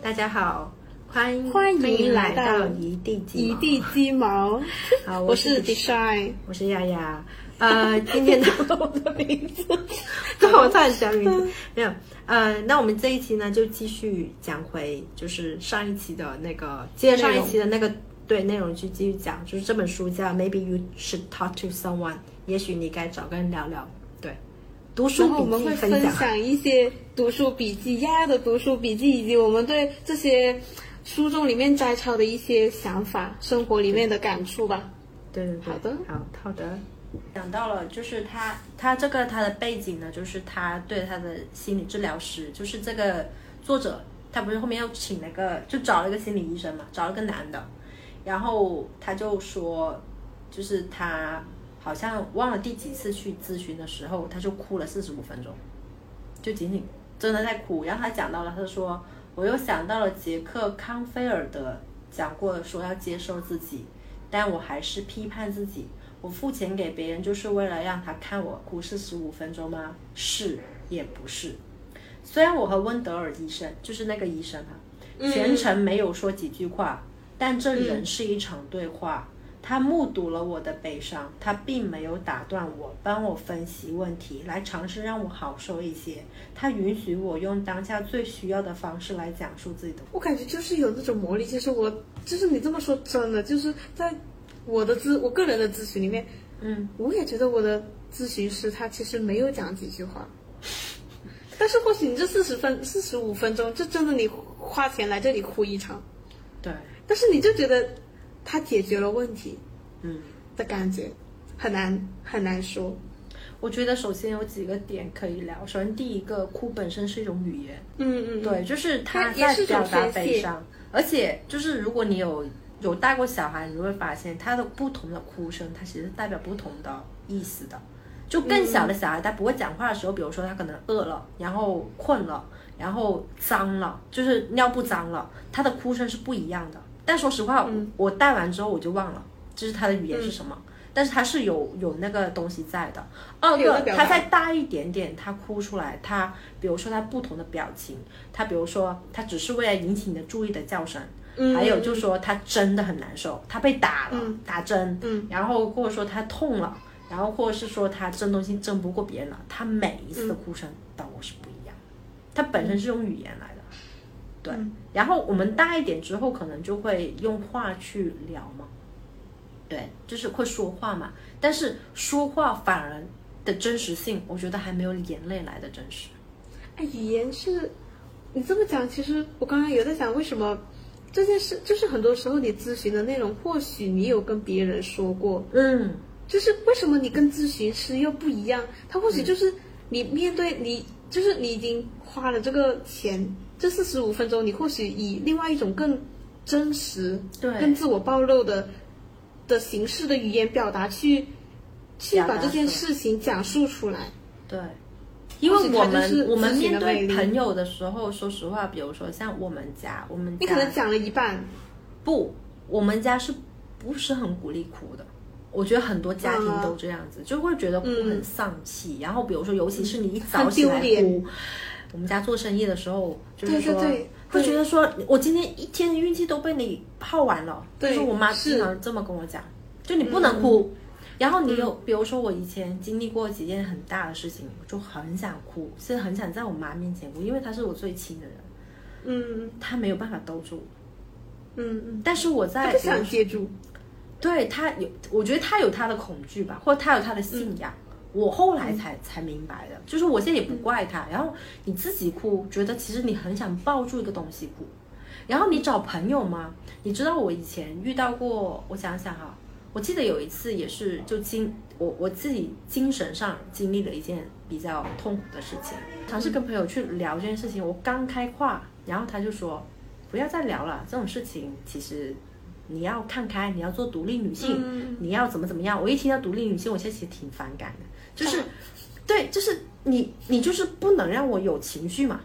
大家好，欢迎欢迎来来到一地鸡一毛地鸡毛。好，我我是是 Design，我是亚亚。 呃，今天的我的名字。对 我突然想名字没有。呃，那我们这一期呢，就继续讲回就是上一期的那个，接着上一期的那个对内容去继续讲，就是这本书叫《Maybe You Should Talk to Someone》，也许你该找个人聊聊。对，读然书后我笔们记会分分享。享一些读书笔记、丫的读书笔记，以及我们对这些书中里面摘抄的一些想法、生活里面的感触吧。对对对，好的好好的。讲到了，就是他他这个他的背景呢，就是他对他的心理治疗师，就是这个作者，他不是后面要请那个，就找了一个心理医生嘛，找了个男的，然后他就说，就是他好像忘了第几次去咨询的时候，他就哭了四十五分钟，就仅仅真的在哭。然后他讲到了，他说我又想到了杰克康菲尔德讲过说要接受自己，但我还是批判自己。我付钱给别人就是为了让他看我哭四十五分钟吗？是也不是。虽然我和温德尔医生，就是那个医生哈、嗯全程没有说几句话，但这仍是一场对话。他目睹了我的悲伤，他并没有打断我，帮我分析问题，来尝试让我好受一些。他允许我用当下最需要的方式来讲述自己的我感觉就是有那种魔力，就是我，就是你这么说，真的就是在我的咨，我个人的咨询里面，嗯，我也觉得我的咨询师他其实没有讲几句话，但是或许你这四十分、四十五分钟，就真的你花钱来这里哭一场，对，但是你就觉得他解决了问题嗯。的感觉，很难很难说。我觉得首先有几个点可以聊。首先，第一个，哭本身是一种语言，嗯嗯，对，就是他它也在是一种表达宣悲泄伤，而且就是如果你有有带过小孩，你会发现他的不同的哭声，它其实代表不同的意思的。就更小的小孩，他不会讲话的时候，比如说他可能饿了，然后困了，然后脏了，就是尿布脏了，他的哭声是不一样的。但说实话，嗯我带完之后我就忘了，就是他的语言是什么。但是他是有有那个东西在的。二有个的，表达他再大一点点，他哭出来，他比如说他不同的表情，他比如说他只是为了引起你的注意的叫声，嗯还有就是说他真的很难受，他被打了，嗯打针，嗯然后或者说他痛了，然后或者是说他争东西争不过别人了，他每一嗯次的哭声都是不一样的，他本身是用语言来的。对，嗯然后我们大一点之后，可能就会用话去聊嘛，对，就是会说话嘛。但是说话反而的真实性，我觉得还没有眼泪来的真实。哎，语言是，你这么讲，其实我刚刚有在想，为什么这件事，就是很多时候你咨询的内容，或许你有跟别人说过，嗯，就是为什么你跟咨询师又不一样？他嗯或许就是你面对你，就是你已经花了这个钱，这四十五分钟，你或许以另外一种更真实、对更自我暴露的的形式的语言表达去，去表把达这件出事情讲述出来。对，因为我或许它就是们我们自己面的魅对力朋友的时候，说实话，比如说像我们家，我们你可能家讲了一半，不，我们家是不是很鼓励哭的？我觉得很多家庭嗯都这样子，就会觉得哭很丧气。然后比如说，尤其是你一早起来嗯很丢哭，我们家做生意的时候，就是对说对对会觉得说，我今天一天的运气都被你耗完了。就对是我妈是嗯经常这么跟我讲，就你不能哭。然后你有，比如说我以前经历过几件很大的事情，我就很想哭，是很想在我妈面前哭，因为她是我最亲的人，嗯她没有办法兜住。嗯嗯，但是我他在不想接住，对他有，我觉得他有他的恐惧吧，或者他有他的信仰。我后来才才明白的，就是我现在也不怪他。然后你自己哭，觉得其实你很想抱住一个东西哭，然后你找朋友吗？你知道我以前遇到过，我想想哈、我记得有一次也是就精我我自己精神上经历了一件比较痛苦的事情，尝试跟朋友去聊这件事情，我刚开话，然后他就说不要再聊了，这种事情其实你要看开，你要做独立女性，嗯你要怎么怎么样。我一听到独立女性，我现在其实挺反感的，就是、对，就是你你就是不能让我有情绪嘛，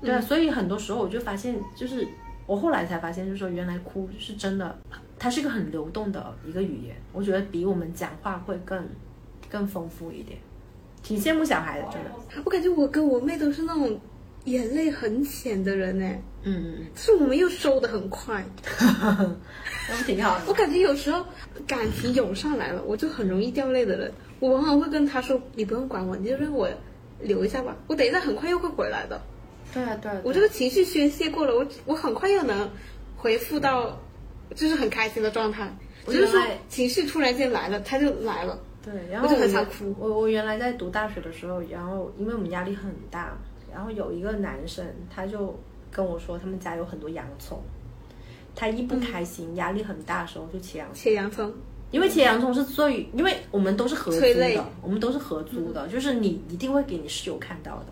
对啊，所以很多时候我就发现，就是我后来才发现，就是说原来哭是真的，它是一个很流动的一个语言，我觉得比我们讲话会更更丰富一点，挺羡慕小孩的，真的。我感觉我跟我妹都是那种眼泪很浅的人哎，嗯是我们又收的很快，嗯， 那不挺好的我吗？感觉有时候感情涌上来了，我就很容易掉泪的人。我往往会跟他说：“你不用管我，你就让我留一下吧，我等一下很快又会回来的。对啊对啊，”对我啊这个情绪宣泄过了，我我很快又能回复到就是很开心的状态。我只是说原来情绪突然间来了，他就来了。对，然后就很我想哭我我原来在读大学的时候，然后因为我们压力很大，然后有一个男生他就跟我说，他们家有很多洋葱，他一嗯不开心、压力很大的时候就切洋葱，切洋葱，因为切洋葱是最，因为我们都是合租催泪嗯的，我们都是合租的，就是你一定会给你室友看到的，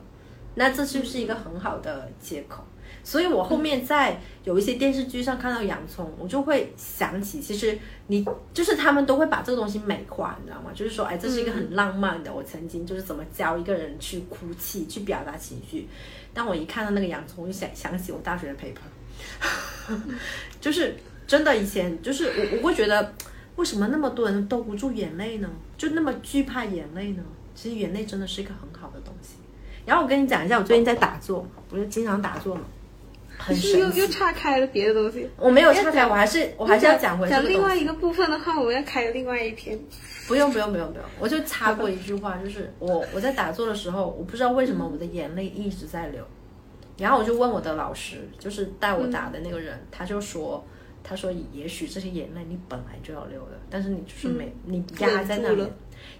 那这就是一个很好的借口。所以我后面在有一些电视剧上看到洋葱，我就会想起，其实你就是他们都会把这个东西美化，你知道吗？就是说，哎，这是一个很浪漫的，我曾经就是怎么教一个人去哭泣，去表达情绪。当我一看到那个洋葱，我就想想起我大学的 paper，就是真的以前就是我我会觉得，为什么那么多人都不住眼泪呢？就那么惧怕眼泪呢？其实眼泪真的是一个很好的东西。然后我跟你讲一下，我最近在打坐，我就经常打坐嘛，很就是又神又奇。岔开了别的东西。我没有岔开，我还是我还是要讲回这讲个另东外西。一个部分的话，我们要开另外一篇。 不用不用不用不用，我就插过一句话，就是我 我在打坐的时候，我不知道为什么我的眼泪一直在流，然后我就问我的老师，就是带我打的那个人，嗯他就说，他说也许这些眼泪你本来就要流的，但是你就是没、你压在那嗯忍住里了，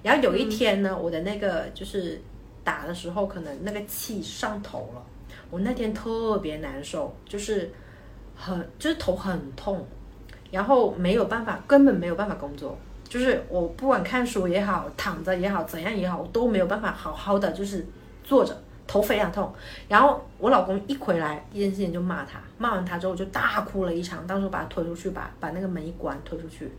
然后有一天呢，我的那个就是打的时候，可能那个气上头了，我那天特别难受，就是很就是头很痛，然后没有办法，根本没有办法工作，就是我不管看书也好，躺着也好，怎样也好，我都没有办法好好的就是坐着，头非常痛。然后我老公一回来，第一件事情就骂他，骂完他之后我就大哭了一场，当时我把他推出去，把把那个门一关，推出去。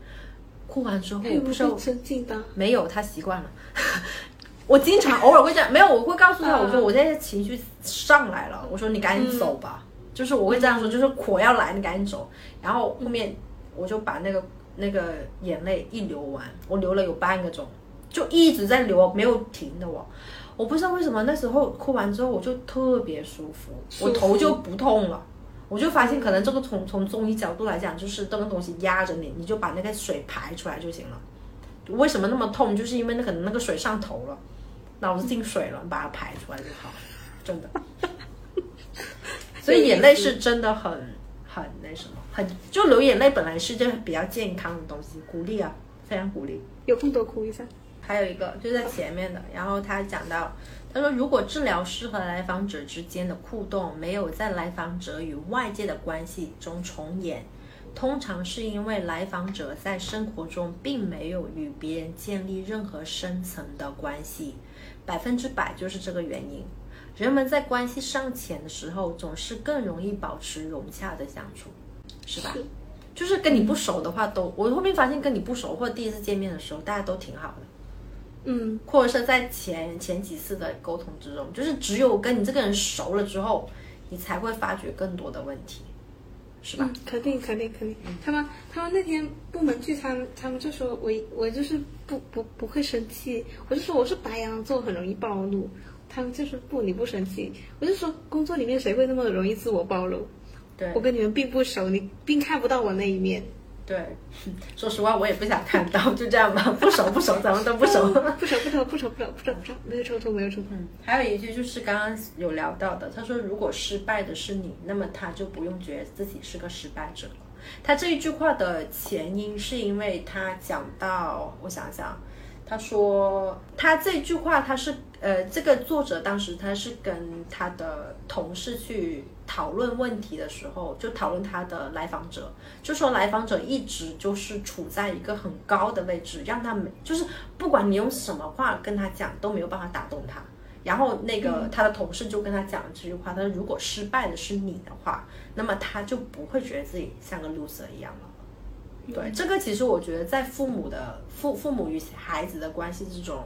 哭完之后，哎我不我知道会真进的，没有，他习惯了。我经常偶尔会这样，没有，我会告诉他，嗯我说我现在情绪上来了，我说你赶紧走嗯吧，就是我会这样说，就是火要来，你赶紧走。然后后面我就把那个那个眼泪一流完，我流了有半个钟，就一直在流，没有停的我。我不知道为什么那时候哭完之后我就特别舒服，舒服我头就不痛了。我就发现，可能这个从从中医角度来讲，就是这个东西压着你，你就把那个水排出来就行了。为什么那么痛？就是因为那可能那个水上头了，脑子进水了，你把它排出来就好了，真的。所以眼泪是真的很很那什么，很就流眼泪本来是件比较健康的东西，鼓励啊，非常鼓励。有空多哭一下。还有一个就在前面的，然后他讲到，他说如果治疗师和来访者之间的互动没有在来访者与外界的关系中重演，通常是因为来访者在生活中并没有与别人建立任何深层的关系，百分之百就是这个原因。人们在关系尚浅的时候，总是更容易保持融洽的相处，是吧？是就是跟你不熟的话都，我后面发现跟你不熟或者第一次见面的时候，大家都挺好的。嗯，或者是在前前几次的沟通之中，就是只有跟你这个人熟了之后，你才会发觉更多的问题，是吧？嗯，肯定肯定肯定。嗯他们他们那天部门聚餐，他们就说我我就是不不不会生气，我就说我是白羊座，很容易暴怒。他们就说不，你不生气。我就说工作里面谁会那么容易自我暴露？对我跟你们并不熟，你并看不到我那一 面。对，说实话我也不想看到， 就这样吧，不熟不熟，咱们都不 熟。不熟不熟不熟不熟不熟不熟，没有冲突没有冲突。嗯，还有一句就是刚刚有聊到的，他说如果失败的是你，那么他就不用觉得自己是个失败者了。他这一句话的前因是因为他讲到，我想想，他说他这句话他是呃，这个作者当时他是跟他的同事去讨论问题的时候，就讨论他的来访者，就说来访者一直就是处在一个很高的位置，让他没就是不管你用什么话跟他讲都没有办法打动他。然后那个嗯他的同事就跟他讲了这句话，他说如果失败的是你的话，那么他就不会觉得自己像个 loser 一样了。对，这个其实我觉得在父母的父父母与孩子的关系之中，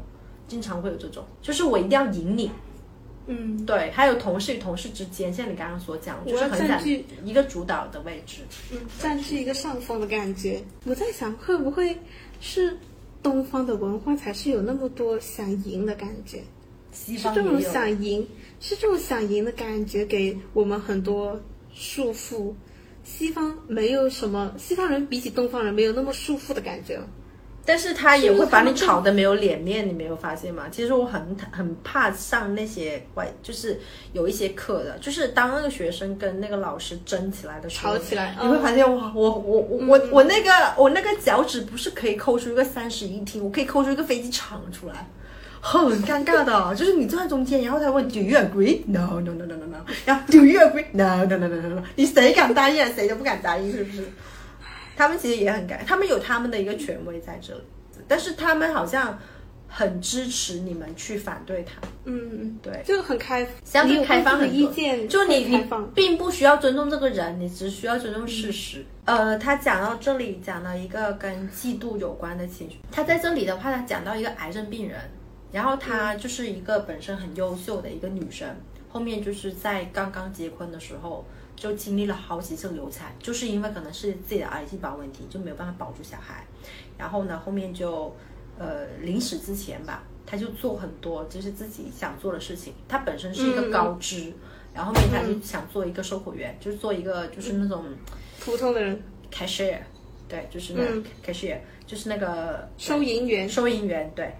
经常会有这种，就是我一定要赢你。嗯，对，还有同事与同事之间，像你刚刚所讲，我就是要很占想据一个主导的位置。嗯，占据一个上风的感觉。我在想，会不会是东方的文化才是有那么多想赢的感觉？西是方这种也有，想赢，是这种想赢的感觉给我们很多束缚。西方没有什么，西方人比起东方人没有那么束缚的感觉了。但是他也会把你炒得没有脸面，你没有发现吗？其实我很很怕上那些外，就是有一些课的，就是当那个学生跟那个老师争起来的时候，吵起来嗯你会发现哇，我我我我我那个我那个脚趾不是可以抠出一个三室一厅，我可以抠出一个飞机场出来。很尴尬的，就是你坐在中间，然后他问 Do you agree? No, no, no, no, no, no。然后 Do you agree? No, no, no, no, no, no。你谁敢答应，谁都不敢答应，是不是？他们其实也很敢，他们有他们的一个权威在这里，但是他们好像很支持你们去反对他。嗯，对就很开，相对你有开放不同的很多意见，就你很你开放。并不需要尊重这个人，你只需要尊重事实。呃，他讲到这里讲了一个跟嫉妒有关的情绪。他在这里的话，他讲到一个癌症病人，然后嗯她就是一个本身很优秀的一个女生，后面就是在刚刚结婚的时候就经历了好几次流产，就是因为可能是自己的癌细胞问题，就没有办法保住小孩。然后呢，后面就呃临死之前吧，他就做很多就是自己想做的事情。他本身是一个嗯高知，然后后面他就想做一个售货员，就是做一个就是那种普通的人， cashier，对，就是那嗯 cashier，就是那个收银员，收银员对。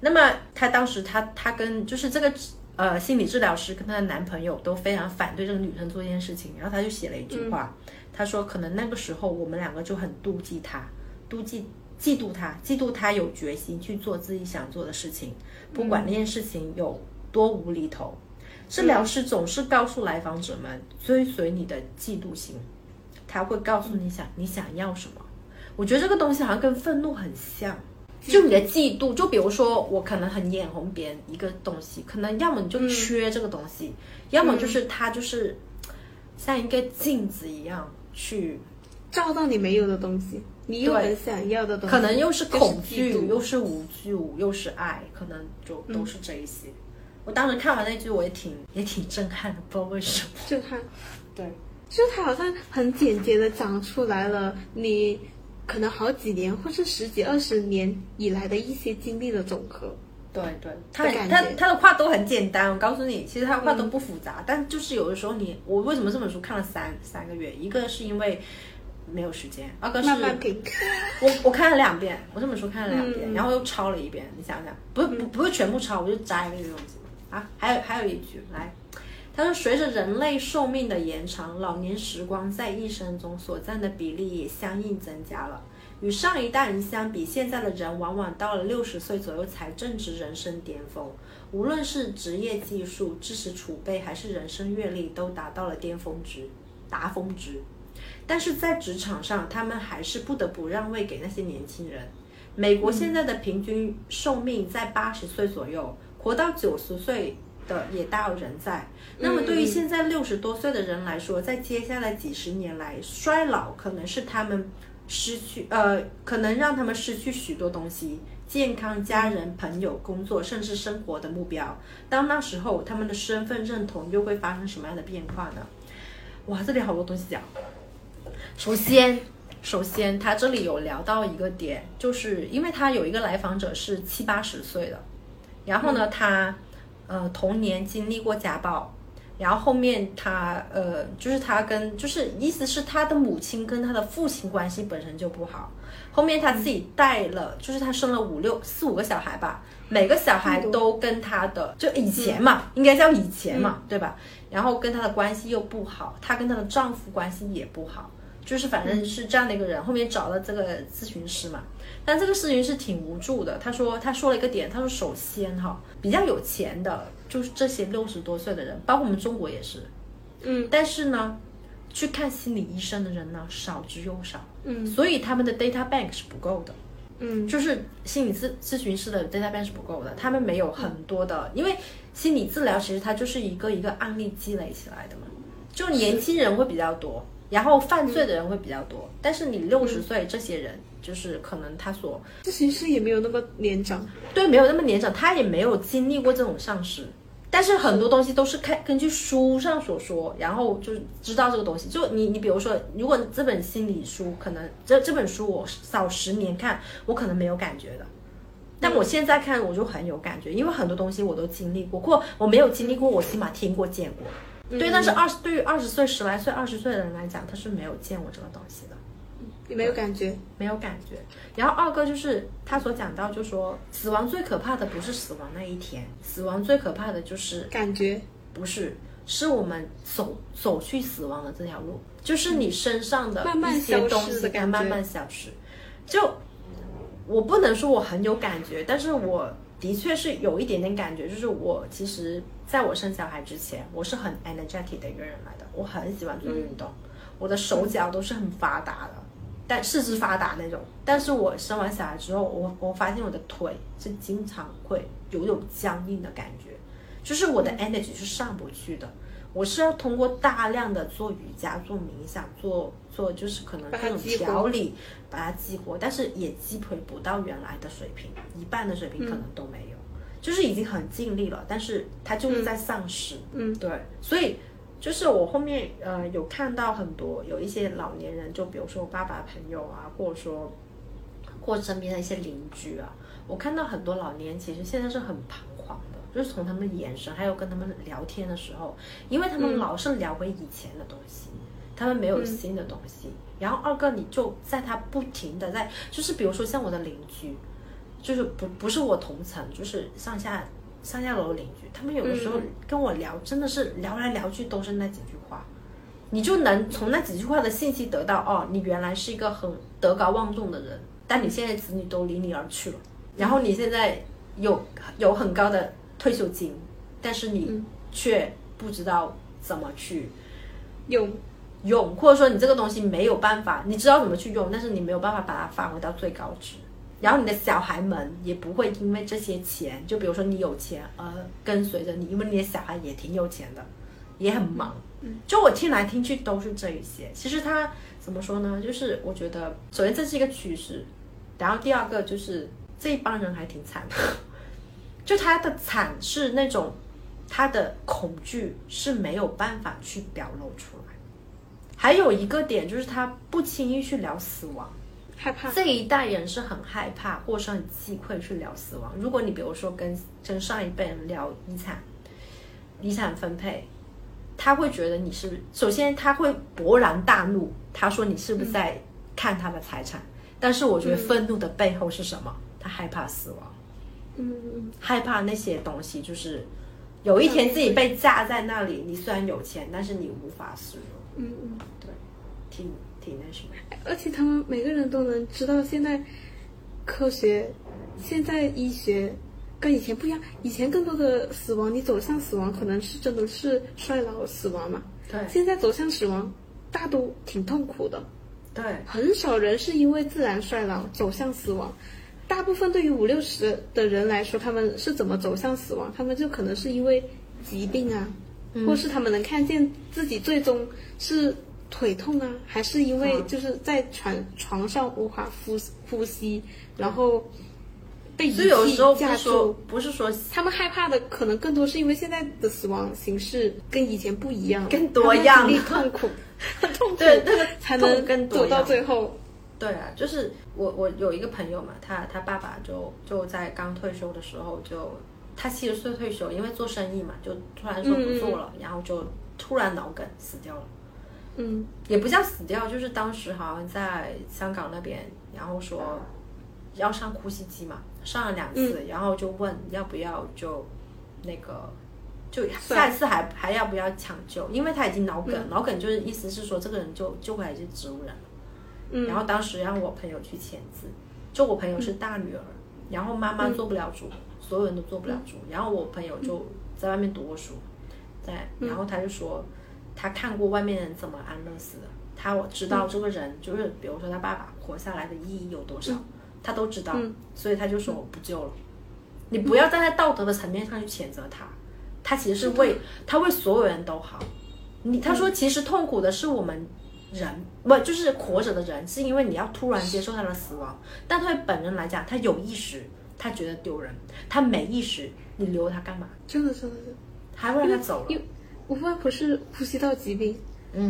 那么她当时她她跟就是这个呃心理治疗师跟她的男朋友都非常反对这个女生做这件事情，然后她就写了一句话，她说可能那个时候我们两个就很妒忌她，妒忌嫉妒她，嫉妒她有决心去做自己想做的事情，不管那件事情有多无厘头。治疗师总是告诉来访者们，追随你的嫉妒心，他会告诉你想你想要什么。我觉得这个东西好像跟愤怒很像，就你的嫉妒，就比如说我可能很眼红别人一个东西，可能要么你就缺这个东西，要么就是他就是像一个镜子一样去，照到你没有的东西，你又对很想要的东西，可能又是恐惧，嗯就是嫉妒又是无助，又是爱，可能就都是这一些。我当时看完那句，我也挺也挺震撼的，不知道为什么。震撼。对，就他好像很简洁的讲出来了你可能好几年或是十几二十年以来的一些经历的总和。对对，他的很感他觉嗯他的话都很简单，我告诉你，其实他的话都不复杂，但就是有的时候你，我为什么这本书看了三三个月？一个是因为没有时间，二个是慢慢品，我我看了两遍，我这本书看了两遍，嗯然后又抄了一遍，你想想，不是不不是全部抄，我就摘了一个东西啊。还有还有一句来。他说：“随着人类寿命的延长，老年时光在一生中所占的比例也相应增加了。与上一代人相比，现在的人往往到了六十岁左右才正值人生巅峰，无论是职业技术、知识储备还是人生阅历，都达到了巅峰值、达峰值。但是在职场上，他们还是不得不让位给那些年轻人。美国现在的平均寿命在八十岁左右，活到九十岁的也大有人在。那么对于现在六十多岁的人来说，在接下来几十年来，衰老可能是他们失去呃，可能让他们失去许多东西。健康、家人、朋友、工作，甚至生活的目标，当那时候他们的身份认同又会发生什么样的变化呢？哇，这里好多东西讲。首先，首先他这里有聊到一个点，就是因为他有一个来访者是七八十岁的，然后呢，他呃童年经历过家暴，然后后面他呃就是他跟就是意思是他的母亲跟他的父亲关系本身就不好，后面他自己带了，就是他生了五六四五个小孩吧，每个小孩都跟他的就以前嘛，应该叫以前嘛，对吧？然后跟他的关系又不好，她跟她的丈夫关系也不好，就是反正是这样的一个人。后面找到这个咨询师嘛，但这个咨询师挺无助的。他说，他说了一个点，他说首先哈，比较有钱的，就是这些六十多岁的人，包括我们中国也是， 嗯但是呢，去看心理医生的人呢少之又少，嗯所以他们的 data bank 是不够的。嗯就是心理咨咨询师的 data bank 是不够的，他们没有很多的，因为心理治疗其实它就是一个一个案例积累起来的嘛。就年轻人会比较多，然后犯罪的人会比较多，但是你六十岁这些人，就是可能他所咨询师也没有那么年长，对没有那么年长，他也没有经历过这种丧失。但是很多东西都是看根据书上所说，然后就是知道这个东西。就你你比如说，如果这本心理书可能这这本书我少十年看，我可能没有感觉的。但我现在看我就很有感觉，因为很多东西我都经历过，或我没有经历过，我起码听过见过。对，但是二十对于二十岁、十来岁、二十岁的人来讲，他是没有见过这个东西的。你没有感觉，没有感觉。然后二哥就是他所讲到，就说死亡最可怕的不是死亡那一天，死亡最可怕的就是感觉不是，是我们走走去死亡的这条路，就是你身上的嗯慢慢一些消失东西的在感觉慢慢消失。就我不能说我很有感觉，但是我的确是有一点点感觉，就是我其实在我生小孩之前，我是很 energetic 的一个人来的，我很喜欢做嗯运动，我的手脚都是很发达的。但四肢发达那种，但是我生完小孩之后，我我发现我的腿是经常会有种僵硬的感觉，就是我的 energy 是上不去的。我是要通过大量的做瑜伽、做冥想、做做就是可能把各它种激活调理，把它激活，但是也击回不到原来的水平，一半的水平可能都没有，就是已经很尽力了，但是它就是在丧失。嗯，对，所以就是我后面呃有看到很多有一些老年人，就比如说我爸爸的朋友啊，或者说或者身边的一些邻居啊，我看到很多老年人其实现在是很彷徨的，就是从他们的眼神，还有跟他们聊天的时候，因为他们老是聊回以前的东西。他们没有新的东西，然后二个你就在他不停的在，就是比如说像我的邻居，就是不不是我同层，就是上下上下楼的邻居，他们有的时候跟我聊，真的是聊来聊去都是那几句话，你就能从那几句话的信息得到，哦，你原来是一个很德高望重的人，但你现在子女都离你而去了，然后你现在有有很高的退休金，但是你却不知道怎么去有用，或者说你这个东西没有办法，你知道怎么去用，但是你没有办法把它发挥到最高值。然后你的小孩们也不会因为这些钱，就比如说你有钱而跟随着你，因为你的小孩也挺有钱的，也很忙。就我听来听去都是这一些。其实它怎么说呢？就是我觉得，首先这是一个趋势，然后第二个就是这一帮人还挺惨的，就他的惨是那种他的恐惧是没有办法去表露出来。还有一个点就是他不轻易去聊死亡，害怕，这一代人是很害怕或是很忌讳去聊死亡。如果你比如说跟跟上一辈人聊遗产、遗产分配，他会觉得你是不是首先他会勃然大怒，他说你是不是在看他的财产？但是我觉得愤怒的背后是什么？他害怕死亡。嗯，害怕那些东西，就是有一天自己被架在那里。你虽然有钱，但是你无法使用。嗯嗯对，挺挺那什么。嗯，而且他们每个人都能知道现在科学，现在医学。跟以前不一样，以前更多的死亡，你走向死亡可能是真的是衰老死亡嘛。对现在走向死亡，大都挺痛苦的。对很少人是因为自然衰老走向死亡，大部分对于五六十的人来说，他们是怎么走向死亡？他们就可能是因为疾病啊，嗯或是他们能看见自己最终是腿痛啊，还是因为嗯就是在床床上无法呼呼吸，然后被遗所以有弃时候不架是说住。不是说他们害怕的可能更多是因为现在的死亡形式跟以前不一样，更多样他们经历痛 苦，很痛苦，对那个才痛能更多走到样最后。对啊，就是我我有一个朋友嘛，他他爸爸就就在刚退休的时候就他七十岁退休，因为做生意嘛，就突然说不做了，然后就突然脑梗死掉了。嗯也不叫死掉，就是当时好像在香港那边，然后说要上呼吸机嘛，上了两次，然后就问要不要就那个。就下一次还还要不要抢救？因为他已经脑梗，脑梗就是意思是说这个人就救回来就是植物人了。嗯，然后当时让我朋友去签字，就我朋友是大女儿，然后妈妈做不了主，所有人都做不了主，然后我朋友就在外面读过书，在，然后他就说他看过外面人怎么安乐死的，他我知道这个人就是比如说他爸爸活下来的意义有多少，他都知道，所以他就说我不救了，你不要站在道德的层面上去谴责他，他其实是为他为所有人都好。你他说其实痛苦的是我们人，不就是活着的人，是因为你要突然接受他的死亡。但对本人来讲，他有意识，他觉得丢人；他没意识，你留他干嘛？真的真的是，还不让他走了因？为我外婆是呼吸道疾病，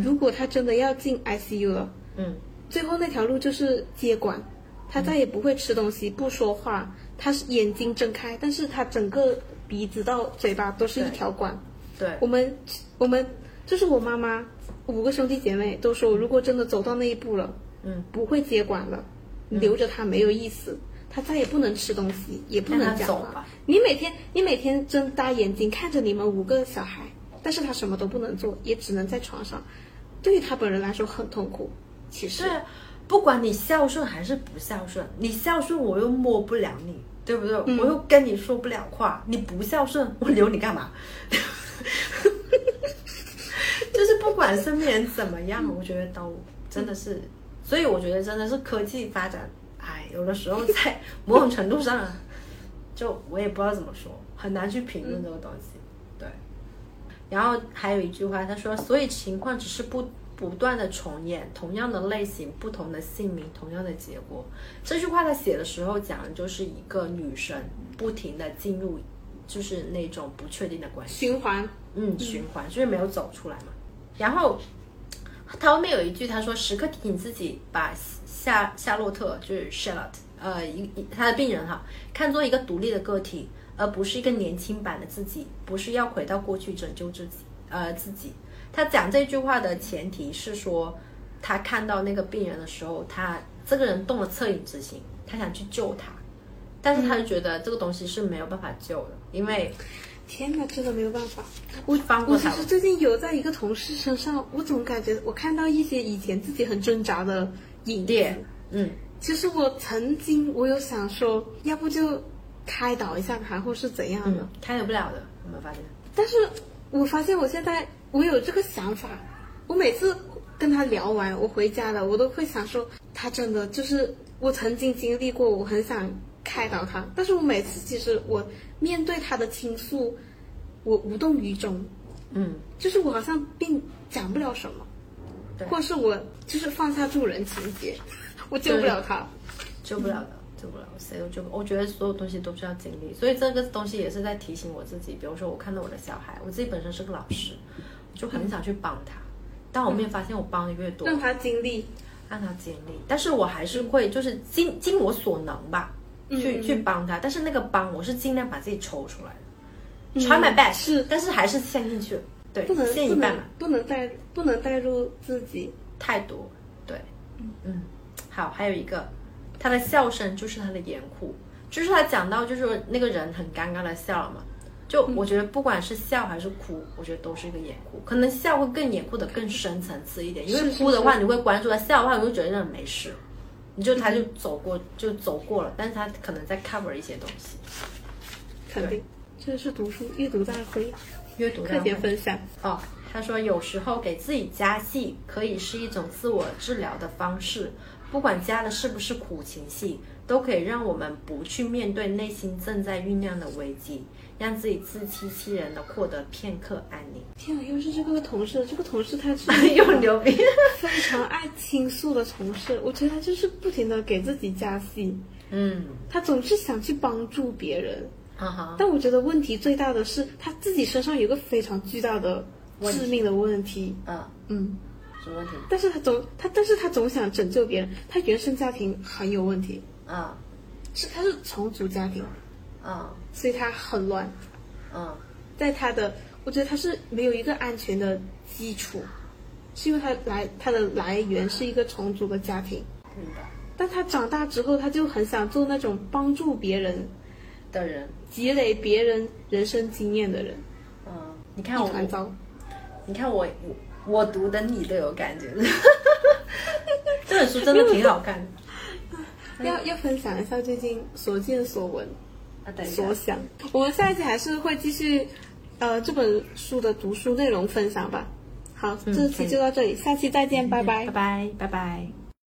如果她真的要进 ICU 了，嗯，最后那条路就是接管，她再也不会吃东嗯西，不说话，她是眼睛睁开，但是她整个鼻子到嘴巴都是一条管。对我们我们就是我妈妈五个兄弟姐妹都说，如果真的走到那一步了，嗯，不会接管了，留着他没有意思，他再也不能吃东西，也不让他能讲走话吧。你每天你每天睁大眼睛看着你们五个小孩，但是他什么都不能做，也只能在床上，对于他本人来说很痛苦。其实是，啊不管你孝顺还是不孝顺，你孝顺我又摸不了你，对不对？我又跟你说不了话，你不孝顺，我留你干嘛？ 就是不管身边人怎么样，我觉得都真的是，所以我觉得真的是科技发展，哎，有的时候在某种程度上啊，就我也不知道怎么说，很难去评论这个东西。对，然后还有一句话，他说，所以情况只是不不断的重演，同样的类型，不同的姓名，同样的结果。这句话他写的时候讲的就是一个女生不停的进入，就是那种不确定的关系。循环，嗯，循环，就是没有走出来嘛。然后他后面有一句，他说时刻提醒自己把夏夏洛特就是 Charlotte，呃，一一他的病人哈，看作一个独立的个体，而不是一个年轻版的自己，不是要回到过去拯救自己，呃，自己。他讲这句话的前提是说，他看到那个病人的时候，他这个人动了恻隐之心，他想去救他，但是他就觉得这个东西是没有办法救的，因为天哪，真的没有办法。我放我过其他吧实最近有在一个同事身上，我总感觉我看到一些以前自己很挣扎的影子。点，嗯。其实我曾经我有想说，要不就开导一下他，或是怎样的。嗯，开得不了的，有没有发现？但是我发现我现在我有这个想法，我每次跟他聊完，我回家了，我都会想说，他真的就是我曾经经历过，我很想开导他，但是我每次其实我面对他的倾诉，我无动于衷。嗯，就是我好像并讲不了什么，对或是我就是放下助人情节，我救不了他。救不了的，救不了，谁都救不。我觉得所有东西都是要经历，所以这个东西也是在提醒我自己。比如说，我看到我的小孩，我自己本身是个老师，我就很想去帮他，但我后面发现我帮的越多，让他经历，让他经历，但是我还是会就是尽尽我所能吧，去去帮他。但是那个帮，我是尽量把自己抽出来的、t r y my best，是但是还是陷进去了，对，不能陷一不半能嘛。不能带不能带入自己。太多，对，嗯，好，还有一个，他的笑声就是他的严酷，就是他讲到就是说那个人很尴尬的笑了嘛，就我觉得不管是笑还是哭，我觉得都是一个严酷，可能笑会更严酷的更深层次一点，因为是是哭的是话你会关注他，笑的话你会觉得人没事，你就他就走过就走过了，但是他可能在 cover 一些东西，肯定，这是读书阅读大会，阅读快量点分享。哦，他说有时候给自己加戏可以是一种自我治疗的方式，不管加的是不是苦情戏，都可以让我们不去面对内心正在酝酿的危机，让自己自欺欺人的获得片刻安宁。天啊，又是这个同事，这个同事他 是又牛逼！非常爱倾诉的同事，我觉得他就是不停的给自己加戏，嗯，他总是想去帮助别人，哈哈，但我觉得问题最大的是他自己身上有一个非常巨大的致命的问题，嗯，嗯，什么问题？但是他总他但是他总想拯救别人，他原生家庭很有问题，嗯是他是重组家庭，嗯所以他很乱，嗯在他的我觉得他是没有一个安全的基础，是因为他来他的来源是一个重组的家庭，明白但他长大之后他就很想做那种帮助别人、的人，积累别人人生经验的人，嗯，你看我一团糟。你看我我我读的你都有感觉，这本书真的挺好看的。要要分享一下最近所见所闻、啊，等一下所，想。我们下一期还是会继续，呃，这本书的读书内容分享吧。好，这可以期就到这里，下期再见，拜拜拜。拜，拜拜。